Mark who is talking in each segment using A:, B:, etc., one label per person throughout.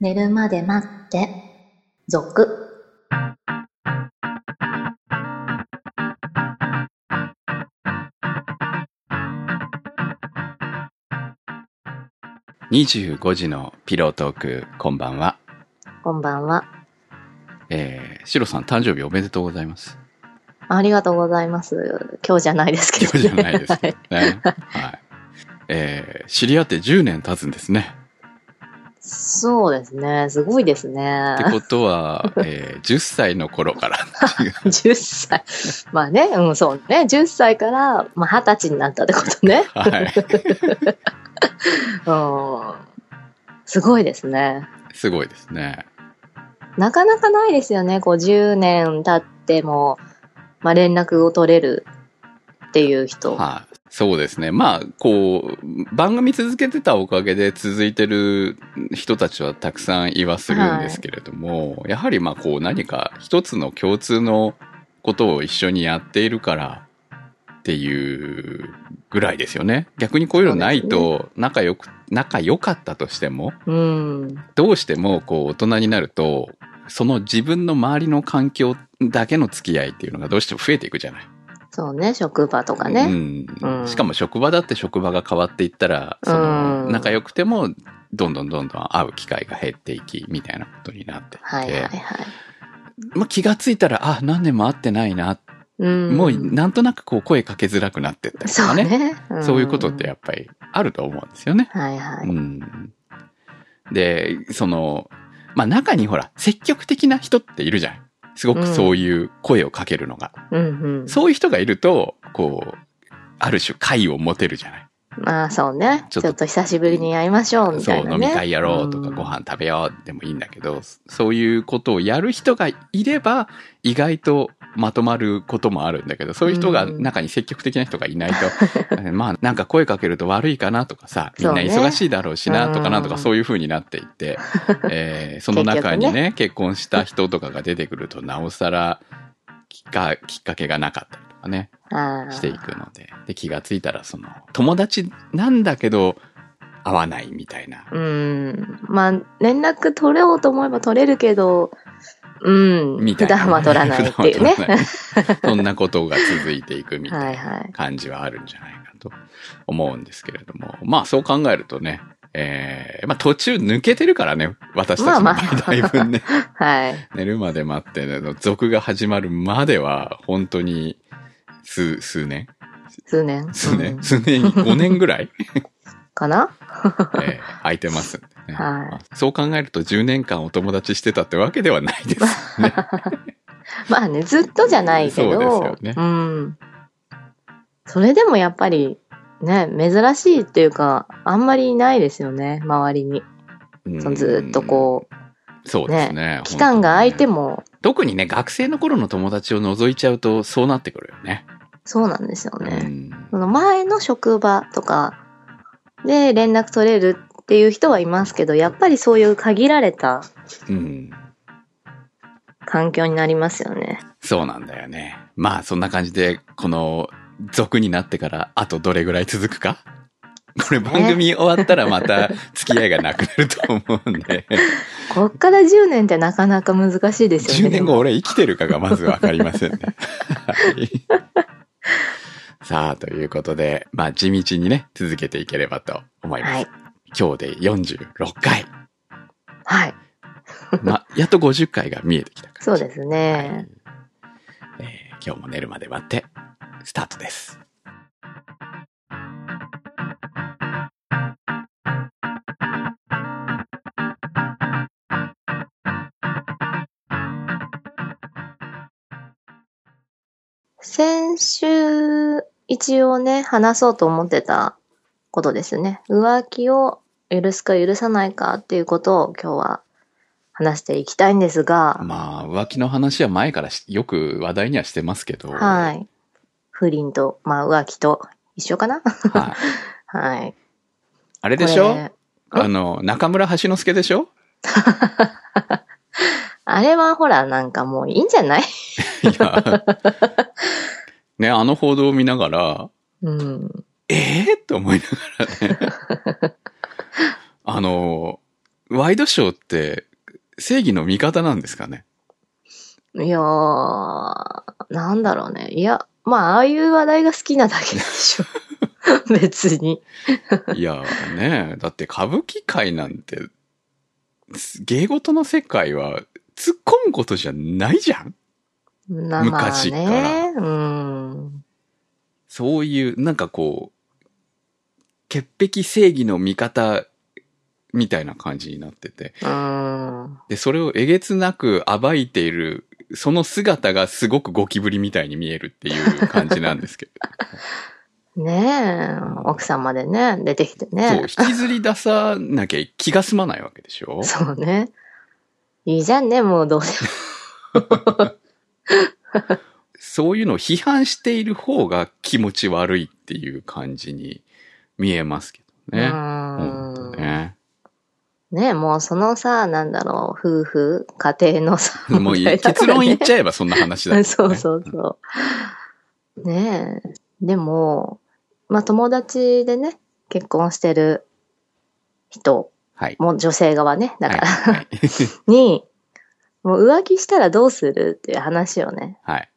A: 寝るまで待って、続。
B: 25時のピロートーク、こんばんは。
A: こんばんは。
B: えー、シロさん誕生日おめでとうございます。
A: ありがとうございます。今日じゃないですけ
B: 今
A: ど、
B: 日
A: ね。
B: じゃないですけ
A: はい
B: どね。はい。えー、知り合って10年経つんですね。
A: そうですね。すごいですね
B: っ。てこ とは、えー、10歳の頃からっていう
A: 10歳。まあね、うん、そうね。10歳から、まあ、20歳になったってこと ね。
B: はい。
A: うん。すごいですね。
B: すごいですね。
A: なかなかないですよね。こう、10年経っても、まあ、連絡を取れるっていう人。
B: はい。そうですね。まあ、こう、番組続けてたおかげで続いてる人たちはたくさんいはするんですけれども、やはりまあ、こう、何か一つの共通のことを一緒にやっているからっていうぐらいですよね。逆にこういうのないと、仲良く、仲良かったとしても、
A: うん。
B: どうしてもこう大人になると、その自分の周りの環境だけの付き合いっていうのがどうしても増えていくじゃない。
A: そうね、職場とか
B: う
A: ね。
B: ん
A: うん
B: しかも職場だって職場が変わっていったら、その
A: うん
B: 仲良くてもどんどんどんどん会う機会が減っていき、みたいなことになっていって、
A: はいはいはい。
B: まあ、気がついたら、あ、何年も会ってないな、
A: うん。
B: もうなんとなくこう声かけづらくなってったりと
A: そ
B: か
A: う
B: ね
A: ね。ん
B: そういうことってやっぱりあると思うんですよね。
A: はいは
B: う
A: い。
B: ん、で、その、まあ中にほら、積極的な人っているじゃん。すごくそういう声をかけるのが。
A: うんうん。
B: そういう人がいると、こう、ある種会を持てるじゃない。
A: まあそうね。
B: ち
A: ちょ
B: ょっと
A: っと久しぶりに会いましょうみ
B: そ
A: た
B: う、
A: いな
B: 飲
A: ね。
B: み会やろうとか、
A: ん
B: ご飯食べようでもいいんだけど、そういうことをやる人がいれば、意外とまとまることもあるんだけど、そういう人が、
A: うん
B: 中に積極的な人がいないと、 えまあ、なんか声かけると悪いかなとかさ、みんな
A: そうね
B: 忙しいだろうしなとかなとか、
A: うん
B: そういう風になってい って、えーその中にね
A: 結
B: 結婚した人とかが出てくると、なおさら、きっか、きっかけがなかったりとかね。
A: ああ
B: していくのでで気がついたらその友達なんだけど会わないみたいな
A: うん。まあ、連絡取ろうと思えば取れるけど、うん。
B: みたい
A: 普
B: な、
A: 段は取らないっていうね。
B: 普段は取 らないそんなことが続いていくみた
A: はいい
B: な
A: はい。
B: 感じはあるんじゃないかと思うんですけれどもまあそう考えるとねえーまあ途中抜けてるからね、私たちの
A: まあまあ
B: だいぶね、
A: はい。
B: 寝るまで待って、ね、続が始まるまでは、本当に、数、数年
A: 数年。
B: 数
A: う
B: 年
A: ん
B: 数年 ?5 年ぐらい
A: かな
B: えー空いてますんで
A: は
B: ね、
A: い
B: まあそう考えると10年間お友達してたってわけではないですね。
A: まあね、ずっとじゃないけど。
B: そうですよね
A: うん。それでもやっぱり、ね、珍しいっていうか、あんまりいないですよね、周りに。そのずっとこう、
B: うん。そうですね。
A: 期間が空いて
B: も。
A: も、
B: 特にね、学生の頃の友達を除いちゃうとそうなってくるよね。
A: そうなんですよ
B: う
A: ね。
B: ん
A: その前の職場とかで連絡取れるっていう人はいますけど、やっぱりそういう限られた
B: うん。
A: 環境になりますよね。
B: そうなんだよね。まあそんな感じで、この、俗になってからあとどれぐらい続 くかこれ番組終わったらまた付き合いがなくなると思うんで。
A: こっから10年ってなかなか難しいですよね。
B: 10年後俺生きてるかがまずわかりません ね。はいさあ、ということで、まあ地道にね、続けていければと思います。
A: はい
B: 今日で46回。
A: はい。
B: まあ、やっと50回が見えてきたから。
A: そうですね。
B: はいえー今日も寝るまで待って、スタートです。
A: 先週、一応ね、話そうと思ってたことですね。浮気を許すか許さないかっていうことを今日は話していきたいんですが、
B: まあ、浮気の話は前からしよく話題にはしてますけど。
A: はい。不倫と、まあ浮気と一緒かな
B: はい
A: はい。
B: あれでしょ
A: これ
B: あの、中村橋之助で しょ
A: あれはほら、なんかもういいんじゃない
B: いや。ね、あの報道を見ながら、
A: うん。
B: ええと思いながらね。あの、ワイドショーって正義の味方なんですかね
A: いやー、なんだろうね。いや、まあ、ああいう話題が好きなだけでしょ。 別に。
B: いやーね、だって歌舞伎界なんて、芸事の世界は突っ込むことじゃないじゃん
A: な
B: 昔から
A: まあね。うん。
B: そういう、なんかこう、潔癖正義の味方みたいな感じになってて。
A: うん。
B: で、それをえげつなく暴いている、その姿がすごくゴキブリみたいに見えるっていう感じなんですけど。
A: ねえ、奥さんまでね、出てきて
B: そう、
A: ね。
B: 引きずり出さなきゃ気が済まないわけでしょ
A: そうね。いいじゃんね、もうどうせ。
B: そういうのを批判している方が気持ち悪いっていう感じに見えますけど
A: う
B: ね。ほん
A: ん
B: と。 ね。
A: ねえ、もうそのさ、なんだろう、夫婦、家庭のさ、
B: もう
A: 問
B: い
A: 題だか
B: 結
A: ら
B: 論
A: ね
B: 言っちゃえばそんな話 だ、
A: そうそうそう。ねえ。でも、まあ友達でね、結婚してる人、
B: はい。
A: もう女性側ね、だから、
B: はい。はい
A: に、もう浮気したらどうするっていう話をね、
B: はい。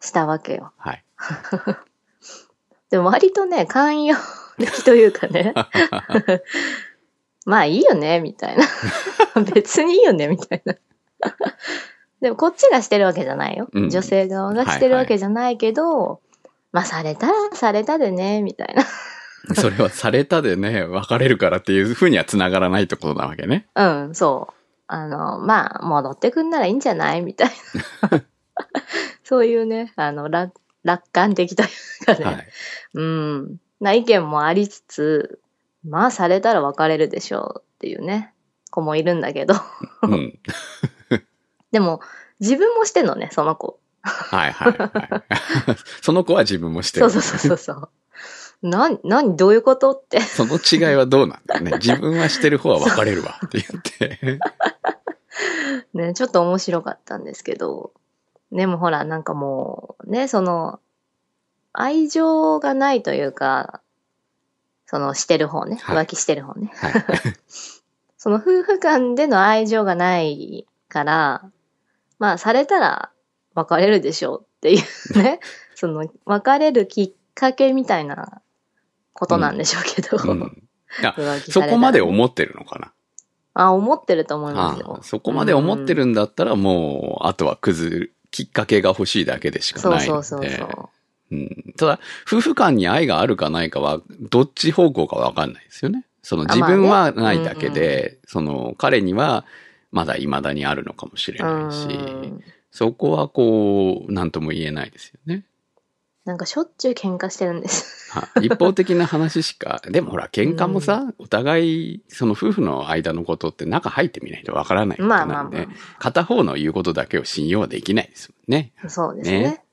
A: したわけよ。
B: はい。
A: でも割とね、寛容的というか ね、まあいいよね、み たいな。別にいいよね、みたいな。でもこっちがしてるわけじゃないよ。
B: うん
A: 女性側がしてるわけじゃないけど、まあされたらされたでね、みたい
B: それはされたでね、別れるからっていうふうには繋がらないってことなわけね。
A: な。うん、そう。あの、まあ、戻ってくんならいいんじゃないみたいな。 そういうね、あの、楽楽観的というかね、
B: はい。
A: うん、な意見もありつつ、まあされたら別れるでしょうっていうね、子もいるんだけど。
B: うん。
A: でも、自分もしてんのね、その子。
B: はいはいはい。 その子は自分もして
A: そ
B: る。
A: うそうそうそう。 な、なに、どういうことって。
B: その違いはどうなんだろうね。自分はしてる方は別れるわって言 って。
A: ね、ちょっと面白かったんですけど。でもほら、なんかもう、ね、その、愛情がないというか、その、してる方ね。
B: はい
A: 浮気してる方ね。
B: はい。
A: その夫婦間での愛情がないから、まあされたら別れるでしょうっていう ね、その別れるきっかけみたいなことなんでしょうけど、
B: うん、
A: 浮気さ
B: そ
A: れたら
B: こまで思ってるのかな。
A: あ、思ってると思います
B: あ
A: よ
B: あ。そこまで思ってるんだったらもう、あとは崩る、きっかけが欲しいだけでし
A: うん
B: か
A: そう
B: ない
A: そ
B: の
A: うそう
B: で。
A: そ
B: うんただ、夫婦間に愛があるかないかは、どっち方向かわかんないですよね。その
A: あ
B: 自
A: まあね
B: 分はないだけで、その彼にはまだ未だにあるのかもしれ
A: う。
B: ないし、
A: うん。
B: そこはこう、なんとも言えないですよね。
A: なんかしょっちゅう喧嘩してるんです。
B: は一方的な話しか、 でもほら、喧嘩もさ、お互い、その夫婦の間のことって中入ってみないとわからないこと
A: まあ
B: な
A: まあ
B: ん
A: ま
B: で、片方の言うことだけを信用はできないですもんね。
A: あ。そうですね。
B: ね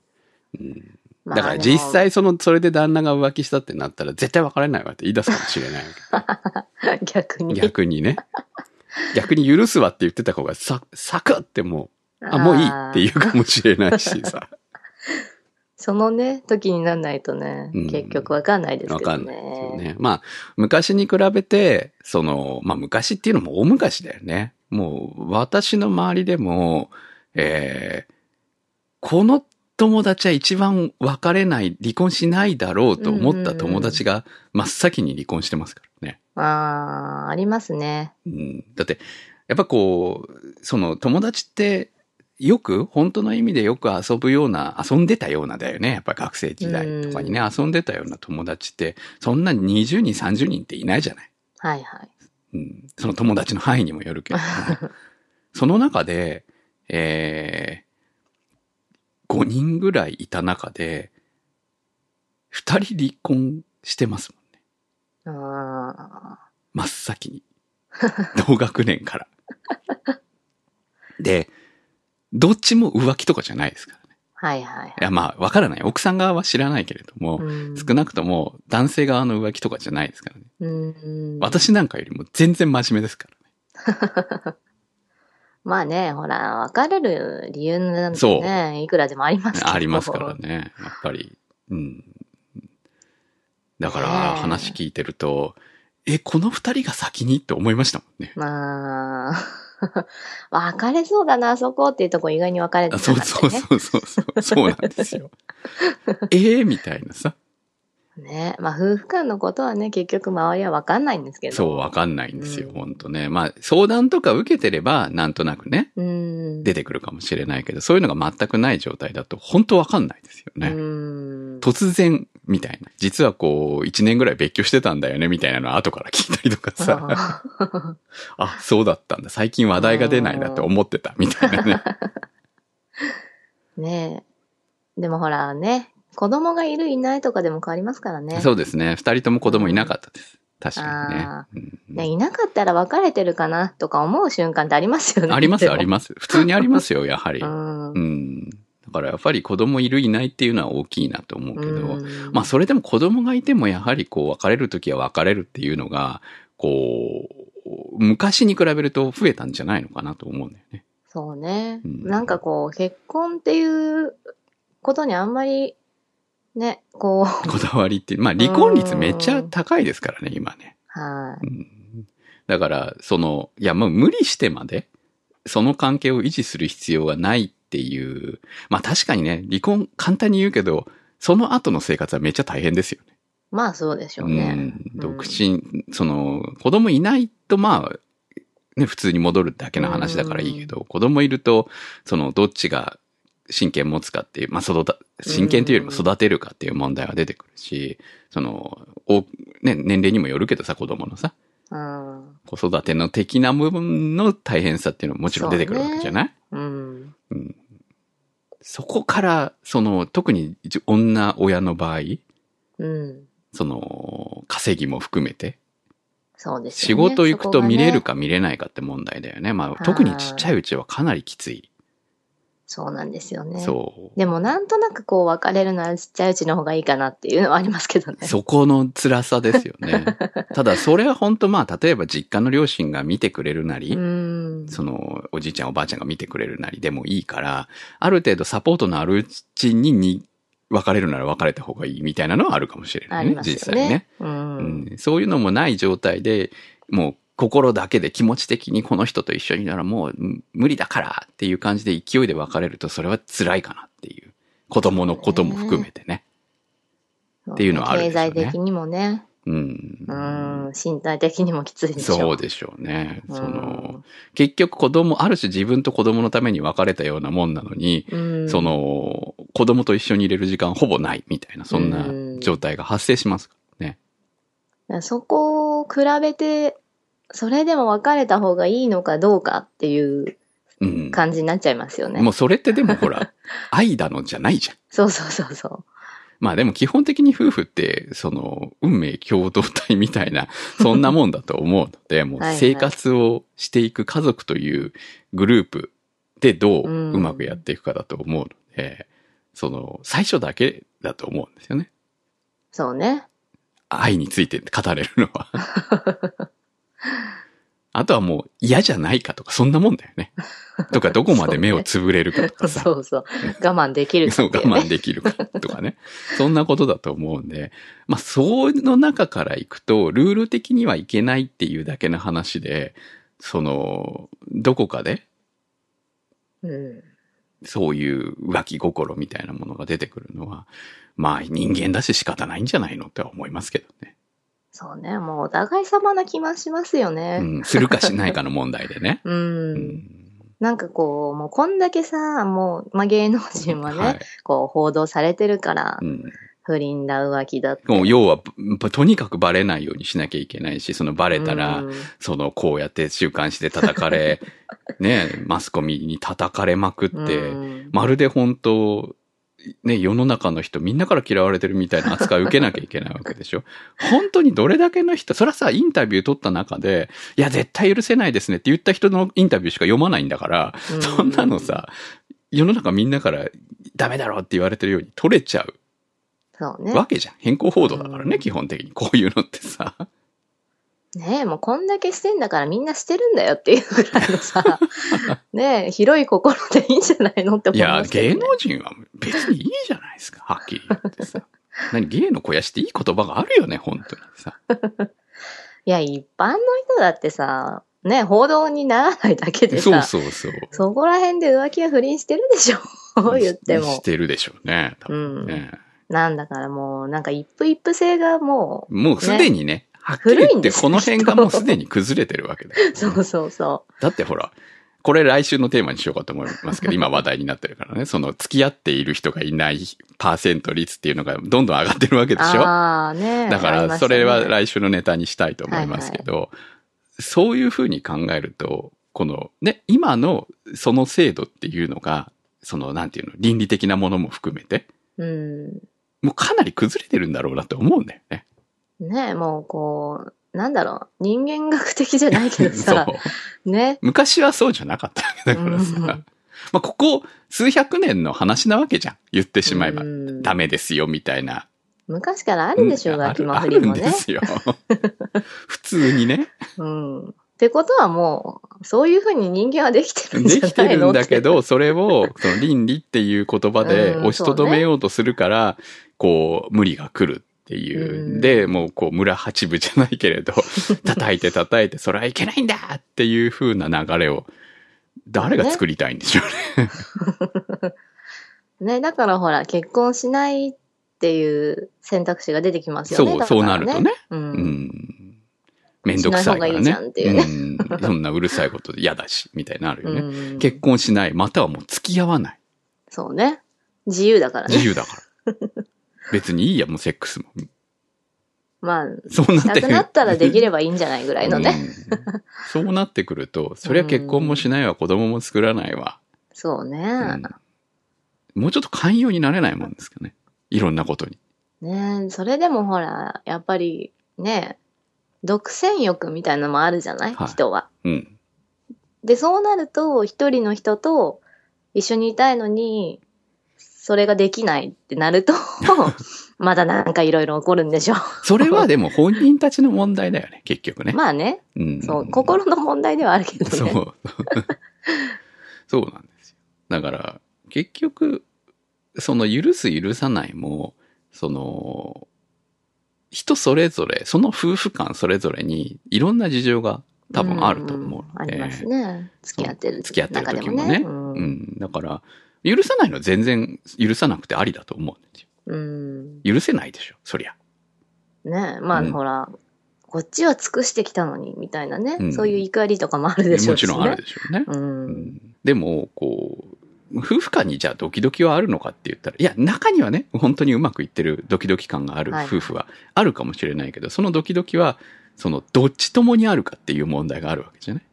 B: うん
A: まあ
B: だから実。際その、それで旦那が浮気したってなったら絶対別れないわって言い出すかもしれないわ
A: でも 逆
B: け。
A: に。
B: 逆にね。逆に許すわって言ってた方がさ、サクってもう、あ、もういいって
A: う。
B: 言うかもしれないしさ。
A: そのね、時になんないとね、
B: うん
A: 結局わかんないです
B: わ
A: けど
B: か
A: ね。
B: んないですよね。まあ、昔に比べて、その、まあ昔っていうのも大昔だよね。もう、私の周りでも、えーこの友達は一番別れない、離婚しないだろうと思った友達が真っ先に離婚してますからね。
A: ああ、ありますね。
B: うん、だって、やっぱこう、その友達って、よく、本当の意味でよく遊ぶような、遊んでたようなだよね。やっぱ学生時代とかにね、遊んでたような友達って、そんな20人、30人っていないじゃない。
A: はいはい。
B: うん、その友達の範囲にもよ るけど、その中で、えー、5人ぐらいいた中で、2人離婚してますもんね。
A: あ
B: 真っ 先に。同学年から。で、どっちも浮気とかじゃないですからね。
A: ーはいはい
B: いや、まあ、わからない。奥さん側は知らないけれども、
A: うん
B: 少なくとも男性側の浮気とかじゃないですからね。
A: うん。
B: 私なんかよりも全然真面目ですからね。
A: まあね、ほら、別れる理由なんて
B: そ
A: ね、いくらでもありますけど
B: ありますから。ね、やっぱり。うん。だから、
A: ねえ
B: 話聞いてると、え、この二人が先にって思いましたもんね。
A: まあ、 分かれそうだな、あそこっていうとこ意外に分かれて
B: あ
A: な
B: そう
A: かっ
B: そう
A: たね。
B: そうそう そう。そうなんですよ。ええみたいなさ。
A: ね。まあ、夫婦間のことはね、結局周りは分かんないんですけど。
B: そう、わかんないんですよ。
A: うん
B: ほんとね。まあ、相談とか受けてれば、なんとなくね、
A: うん。
B: 出てくるかもしれないけど、そういうのが全くない状態だと、本当わかんないですよね。
A: うん。
B: 突然、みたいな。実はこう、一年ぐらい別居してたんだよね、みたいなのは後から聞いたりとかさ、あ
A: ああ
B: そうだったんだ。最近話題が出ないなって思ってた、みたいなね。
A: ねえ。でもほらね、子供がいるいないとかでも変わりますから ね。
B: そうですね。二人とも子供いなかったです。確
A: あ
B: かにね。うん
A: ねいなかったら別れてるかなとか思う瞬間ってありますよね。
B: あります、あり
A: ま
B: ます。普通にありま すよ、やはり。
A: うん
B: う。ん。だからやっぱり子供いるいないっていうのは大きいなと思うけど、
A: うん
B: まあそれでも子供がいてもやはりこう別れるときは別れるっていうのが、こう、昔に比べると増えたんじゃないのかなと思うんだよね。
A: そうね。
B: うん
A: なんかこう、結婚っていうことにあんまり、ね、こう、
B: こだわりって、まあ離婚率めっちゃ高いですからね、今ね。
A: は
B: うんだから、その、いや、もう無理してまで、その関係を維持する必要はないっていう、まあ確かにね、離婚簡単に言うけど、その後の生活はめっちゃ大変ですよね。
A: い。まあそうでしょう
B: う
A: ね
B: ん。
A: うん
B: 独身、その、子供いないと、まあ、ね、普通に戻るだけの話だからいいけど、子供いると、その、どっちが親権持つかっていう、まあ、育た、親権というよりも育てるかっていう問題は出てくるし、その、お、ね、年齢にもよるけどさ、子供のさ、
A: うん。
B: 子育ての的な部分の大変さっていうのももちろん出てくるわけじゃない
A: うん。
B: うんそこから、その、特に女親の場合、
A: うん。
B: その、稼ぎも含めて、
A: そうです
B: 仕
A: よね。
B: 事行くと見れる
A: か。
B: か見れないかって問題だよね。ま
A: は
B: あ、
A: い
B: 特にちっちゃいうちはかなりきつい。
A: そうなんですよね。
B: そう。
A: でもなんとなくこう、別れるならちっちゃいうちの方がいいかなっていうのはありますけどね。
B: そこの辛さですよ ね。ただ、それは本当まあ、例えば実家の両親が見てくれるなり、
A: うん。
B: その、おじいちゃんおばあちゃんが見てくれるなりでもいいから、ある程度サポートのあるうちにに、別れるなら別れた方がいいみたいなのはあるかもしれな
A: あ
B: いね、
A: りますよね。
B: 実際ね。
A: う。
B: うんん、そういうのもない状態で、もう心だけで気持ち的にこの人と一緒にならもううん無理だからっていう感じで勢いで別れるとそれは辛いかなっていう。子供のことも含めてね。っていうのはあるでしょうね
A: 経済的にもね。
B: うん。
A: うん。身体的にもきついでしょ。
B: そう
A: で
B: でしょうね。その、
A: の、
B: 結局子供、ある種自分と子供のために別れたようなもんなのに、
A: うん。
B: その、子供と一緒にいれる時間ほぼないみたいな、そんな状態が発生しますからね。
A: そこを比べて、それでも別れた方がいいのかどうかっていう
B: うん。
A: 感じになっちゃいますよね。
B: もうそれってでもほ ら、愛だのじゃないじゃん。
A: そうそうそうそ
B: まあでも基本的に夫婦って、その、運命共同体みたいな、そんなもんだと思うので、もう
A: はいはい
B: 生活をしていく家族というグループでどう
A: うん
B: うまくやっていくかだと思うので、その、最初だけだと思うんですよね。
A: う。そうね。
B: 愛について語れるのは。 あとはもう嫌じゃないかとか、そんなもんだよね。とか、どこまで目をつぶれるかとかさ。
A: そうそう。我慢できるって
B: そ
A: いうう、ね。
B: 我慢できるかとかね。そんなことだと思うんで、まあ、その中からいくと、ルール的にはいけないっていうだけの話で、その、どこかで、
A: うん。
B: そういう浮気心みたいなものが出てくるのは、まあ、人間だし仕方ないんじゃないのっては思いますけどね。
A: そうね。もうお互い様な気がしますよ
B: う
A: ね。
B: ん、するかしないかの問題でね。
A: う。
B: うん
A: なんかこう、もうこんだけさ、もう、まあ、芸能人はね、
B: はい。
A: こう報道されてるから、
B: うん
A: 不倫だ浮気だって。
B: もう要は、ばとにかくバレないようにしなきゃいけないし、そのバレたら、
A: うん
B: その、こうやって週刊誌で叩 かれ、ね、マスコミに叩かれまくって、
A: うん
B: まるで本当、ね、世の中の人みんなから嫌われてるみたいな扱いを受けなきゃいけないわけでしょ。本当にどれだけの人、それはさ、インタビュー取った中で、いや、絶対許せないですねって言った人のインタビューしか読まないんだから、そんなの。さ、世の中みんなからダメだろうって言われてるように取れちゃう
A: そうね。
B: わけじゃん。変更報道だから
A: う
B: ね、
A: ん
B: 基本的に。こういうのってさ。
A: ねえ、もうこんだけしてんだからみんなしてるんだよっていうぐらいの さ、ねえ、広い心でいいんじゃないのって思
B: い
A: いま
B: や、
A: すけ
B: 芸
A: ど、ね。
B: 能人は別にいいじゃないですか、は っきり言ってさ。何、芸の肥やしっていい言葉があるよね、本当にさ。
A: いや、一般の人だってさ、ね、報道にならないだけでさ、
B: そうそうそう。
A: そこら辺で浮気や不倫してるでしょ 言って
B: し
A: も。
B: てるでしょうね。多分ね
A: なんだからもう、なんか一夫一夫制がも
B: もうすでにね、はっきり
A: 古い
B: 言
A: ん
B: って
A: です
B: こ
A: よ
B: の辺が
A: きっと
B: もうすでに崩れてるわけだよね、
A: う、 そうそうそ
B: だってほら、これ来週のテーマにしようかと思います けど、今話題になってるからね、その付き合っている人がいないパーセント率っていうのがどんどん上がってるわけ
A: う。
B: でしょ
A: ああ、ね
B: だか
A: ありま
B: ら、
A: した
B: そ
A: ね
B: れは来週のネタにしたいと思いますけど、そういうふうに考えると、このね、今のその制度っていうのが、そのなんていうの、倫理的なものも含めて、
A: うん。
B: もうかなり崩れてるんだろうなと思うんだよ ね。
A: ねもうこう、なんだろう、人間学的じゃないけど
B: そ
A: さ
B: う、。
A: ね。
B: 昔はそうじゃなかったわけだからさ。
A: うん
B: まあ、ここ数百年の話なわけじゃん。言ってしまえば
A: う。ん
B: ダメですよ、みたいな。
A: 昔からあるでしょ
B: う
A: うんが、
B: あ
A: 気
B: る
A: ま
B: あ
A: ふり
B: るん
A: も
B: で
A: ね。
B: すよ。普通にね。
A: うん。ってことはもう、そういうふうに人間はできてるんじ ゃな
B: で
A: いの
B: きてるんだけ
A: って
B: ど、それを、その倫理っていう言葉で
A: うん
B: 押しとどめようとするから、こう、無理が来るっていう。
A: うん
B: で、もうこう、村八部じゃないけれど、 叩いて叩いて、それはいけないんだっていう風な流れを、誰が作りたいんでしょうね。
A: ね、だからほら、結婚しないっていう選択肢が出てきますよね。
B: そう
A: だから
B: そうなるとね。
A: う。
B: うんん。めんどくさいから
A: しない方が
B: ね。
A: いいじゃんって
B: うんそんなうるさいことで嫌だし、みたいなのあるよね。
A: うん
B: 結婚しない、またはもう付き合わない。
A: そうね。自由だからね。
B: 自由だから。 別にいいや、もうセックスも。
A: まあ、
B: そうなっ
A: した
B: て
A: くなったらでき
B: る
A: ればいいんじゃないぐらいの ね。
B: うんそうなってくると、そりゃ結婚もしないわ、子供も作らないわ。
A: そうね。
B: うんもうちょっと寛容になれないもんですかね。いろんなことに。
A: ねえそれでもほら、やっぱりね、独占欲みたいなのもあるじゃない、
B: はい
A: 人は。
B: うん。
A: で、そうなると、一人の人と一緒にいたいのに、それができないってな ると、まだなんかいろいろ起こるんでしょ
B: それはでも本人たちの問題だよね、結局ね。
A: う。まあね、
B: うん
A: そう、心の問題ではあるけど
B: そ
A: ね。
B: う。 そうなんですよ。だから、結局、その許す許さないも、その、人それぞれ、その夫婦間それぞれに、いろんな事情が多分あると思うの
A: んあ
B: で、
A: りますね。付き合ってる
B: 付き合ってる
A: 中で
B: 時
A: も
B: もね。
A: ね。
B: うん、だから、許さないのは全然許さなくてありだと思うんですよ。
A: うん。
B: 許せないでしょ、そりゃ。
A: ねまあ、
B: うん
A: ほら、こっちは尽くしてきたのに、みたいなね、
B: うん
A: そういう怒りとかもあるでしょ
B: も
A: うし、
B: ち
A: ね。
B: ろんあるでしょうね。
A: うん。
B: でも、こう、夫婦間にじゃあドキドキはあるのかって言ったら、いや、中にはね、本当にうまくいってるドキドキ感がある
A: はい
B: 夫婦はあるかもしれないけど、そのドキドキは、その、どっちともにあるかっていう問題があるわけじゃない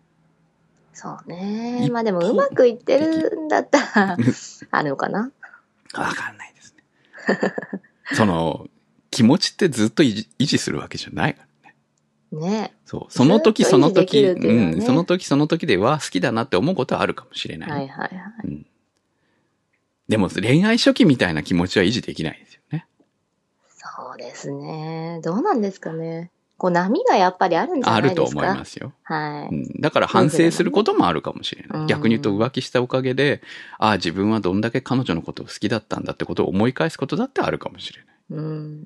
A: そうね。
B: 一
A: まあでも、
B: 方
A: うまくいってるんだったら、 あるのかな。
B: わかんないですね。 その、気持ちってずっと維持維持するわけじゃないからね。
A: ね
B: そう。その時
A: ず
B: そ
A: っと維
B: の
A: 持でき
B: 時、
A: るっていうのはね
B: うん、その時その時では好きだなって思うことはあるかもしれない。
A: はいはいはい。
B: うん、でも恋愛初期みたいな気持ちは維持できないですよね。
A: そうですね。どうなんですかね。こう、波がやっぱりあるんじゃ
B: あ
A: ないです
B: る
A: か。。
B: と思いますすよ。
A: は
B: う
A: い。
B: ん、だから反省することもあるかもしれない。
A: うん
B: 逆に言うと浮気したおかげで、ああ、自分はどんだけ彼女のことを好きだったんだってことを思い返すことだってあるかもしれない。
A: うん。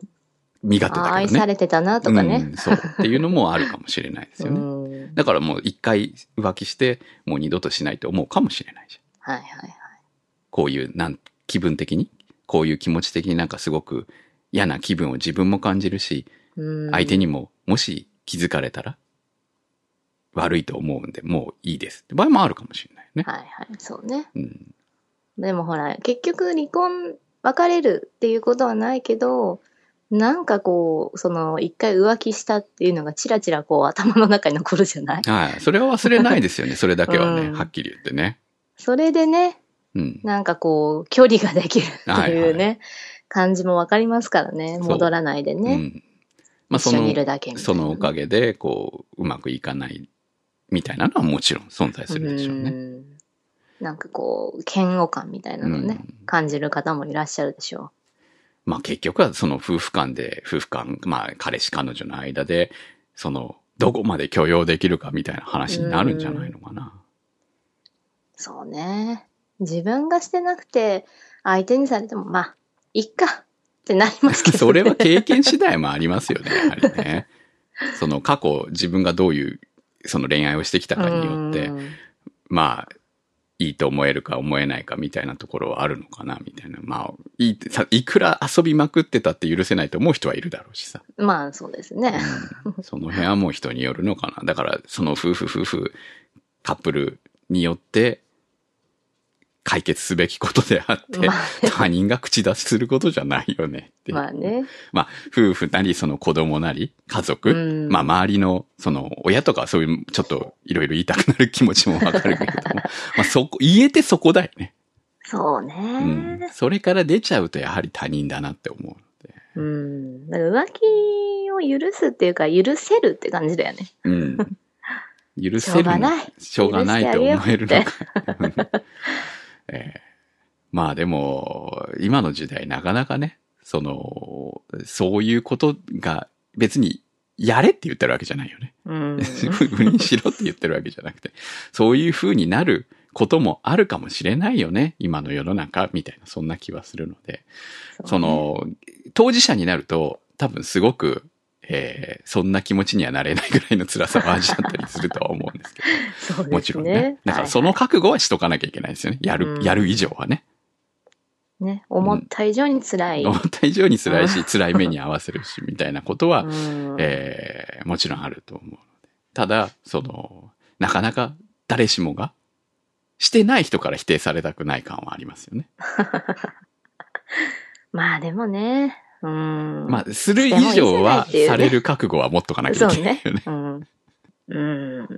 B: 身勝手
A: あ
B: だけ
A: 愛
B: どね。
A: されてたなとかね。
B: うん、そう。っていうのもあるかもしれないです
A: う
B: よね。
A: ん。はい
B: だからもう一回浮気して、もう二度としないと思うかもしれないじゃん。
A: はいはい。
B: こういう、なん、気分的に、こういう気持ち的になんかすごく嫌な気分を自分も感じるし、
A: うん
B: 相手にも、もし気づかれたら、悪いと思うんで、もういいです。って場合もあるかもしれないね。
A: はいはい、そうね。
B: うん。
A: でもほら、結局離婚、別れるっていうことはないけど、なんかこう、その、一回浮気したっていうのがちらちらこう頭の中に残るじゃない
B: はい。それは忘れないで すよね。それだけはね。
A: うん
B: はっきり言ってね。
A: それでね、
B: うん。
A: なんかこう、距離ができるっていう
B: は
A: ね、感じもわかりますからね。
B: そう
A: 戻らないで
B: う
A: ね。
B: ん。まあ、そ
A: 一緒にいる
B: の、
A: だけみたいな
B: そのおかげで、こう、うまくいかない、みたいなのはもちろん存在するでしょうね。
A: んなんかこう、嫌悪感みたいなのね、
B: うん
A: 感じる方もいらっしゃるでしょ
B: まあ、結局はその夫婦間で、夫婦間、まあ、彼氏彼女の間で、その、どこまで許容できるかみたいな話になるんじゃないのかな。
A: う。そうね。自分がしてなくて、相手にされても、まあ、いっかってなりますけど、ね。
B: それは経験次第もありますよね、やはりね。その過去自分がどういうその恋愛をしてきたかによって、
A: うん
B: まあ、いいと思えるか思えないかみたいなところはあるのかな、みたいな。まあ、いい、さいくら遊びまくってたって許せないと思う人はいるだろうしさ。
A: まあ、そうですね。
B: うんその辺はもう人によるのかな。だから、その夫婦夫婦、カップルによって、解決すべきことであって
A: まあ、
B: 他人が口出しすることじゃないよねっていう
A: まあね。
B: まあ、夫婦なり、その子供なり、家族、
A: うん
B: まあ、周りの、その、親とかはそういう、ちょっと、いろいろ言いたくなる気持ちもわか るけれども、まあ、そこ、言えてそこだよね。
A: そう
B: う
A: ね
B: ん。。それから出ちゃうと、やはり他人だなって思うので。
A: うん。だから浮気を許すっていうか、許せるって感じだよ ね。
B: うん。許
A: しょ
B: せ
A: う
B: る
A: が
B: の
A: ない。
B: しょうがないと思える
A: 許してあ
B: のか。 ええまあでも、今の時代なかなかね、その、そういうことが別にやれって言ってるわけじゃないよ ね。
A: うん。
B: 不倫しろって言ってるわけじゃなくて、そういう風になることもあるかもしれないよね、今の世の中、みたいな、そんな気はするので、その、当事者になると、多分すごく、えーそんな気持ちにはなれないぐらいの辛さを味わったりするとは思うんですけど。
A: そうですね、
B: もちろんね。だからそ
A: は
B: の覚悟はしとかなきゃいけないですよね。やる、
A: うん
B: やる以上はね。
A: いはいね、思った以上に辛い。
B: 思った以上に辛いし、辛い目に合わせるし、みたいなことは、
A: うん
B: えーもちろんあると思うので。ただ、その、なかなか誰しもが、してない人から否定されたくない感はありますよね。
A: まあでもね、うん。
B: まあ、する以上
A: してもいいじゃない
B: は、
A: っていうね
B: される覚悟は持っとかなきゃ
A: そ
B: いうけない
A: ね
B: よね。。
A: うん。うん。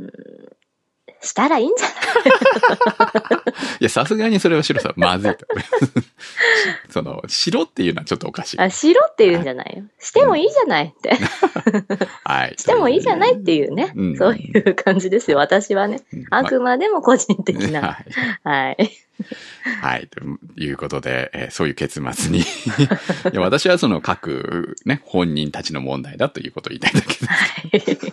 A: したらいいんじゃない
B: いや、さすがにそれは白さん、まずいと 思います。その、白っていうのはちょっとおかしい。
A: あ、しろって言うんじゃないよ。してもいいじゃないって。
B: はい。
A: してもいいじゃないっていうね。
B: うん
A: そういう感じですよ、私はね。
B: うんま
A: あくまでも個人的な。
B: はい。
A: はい。
B: はい。ということで、えーそういう結 末にいや。私はその各、ね、本人たちの問題だということを言いたいだけです。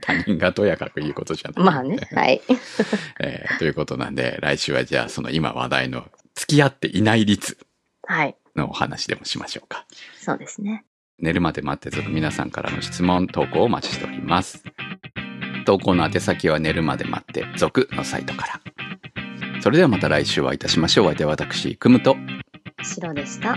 B: 他人がとやかく言うことじゃない。
A: まあね、はい。
B: えーということなんで、来週はじゃあその今話題の付き合っていない率
A: はい。
B: のお話でもしましょうか。
A: そうですね。
B: 寝るまで待ってずの皆さんからの質問、投稿をお待ちしております。投稿の宛先は寝るまで待って続のサイトから。それではまた来週お会いいたしましょう。お相手は私、くむと。
A: 白でした。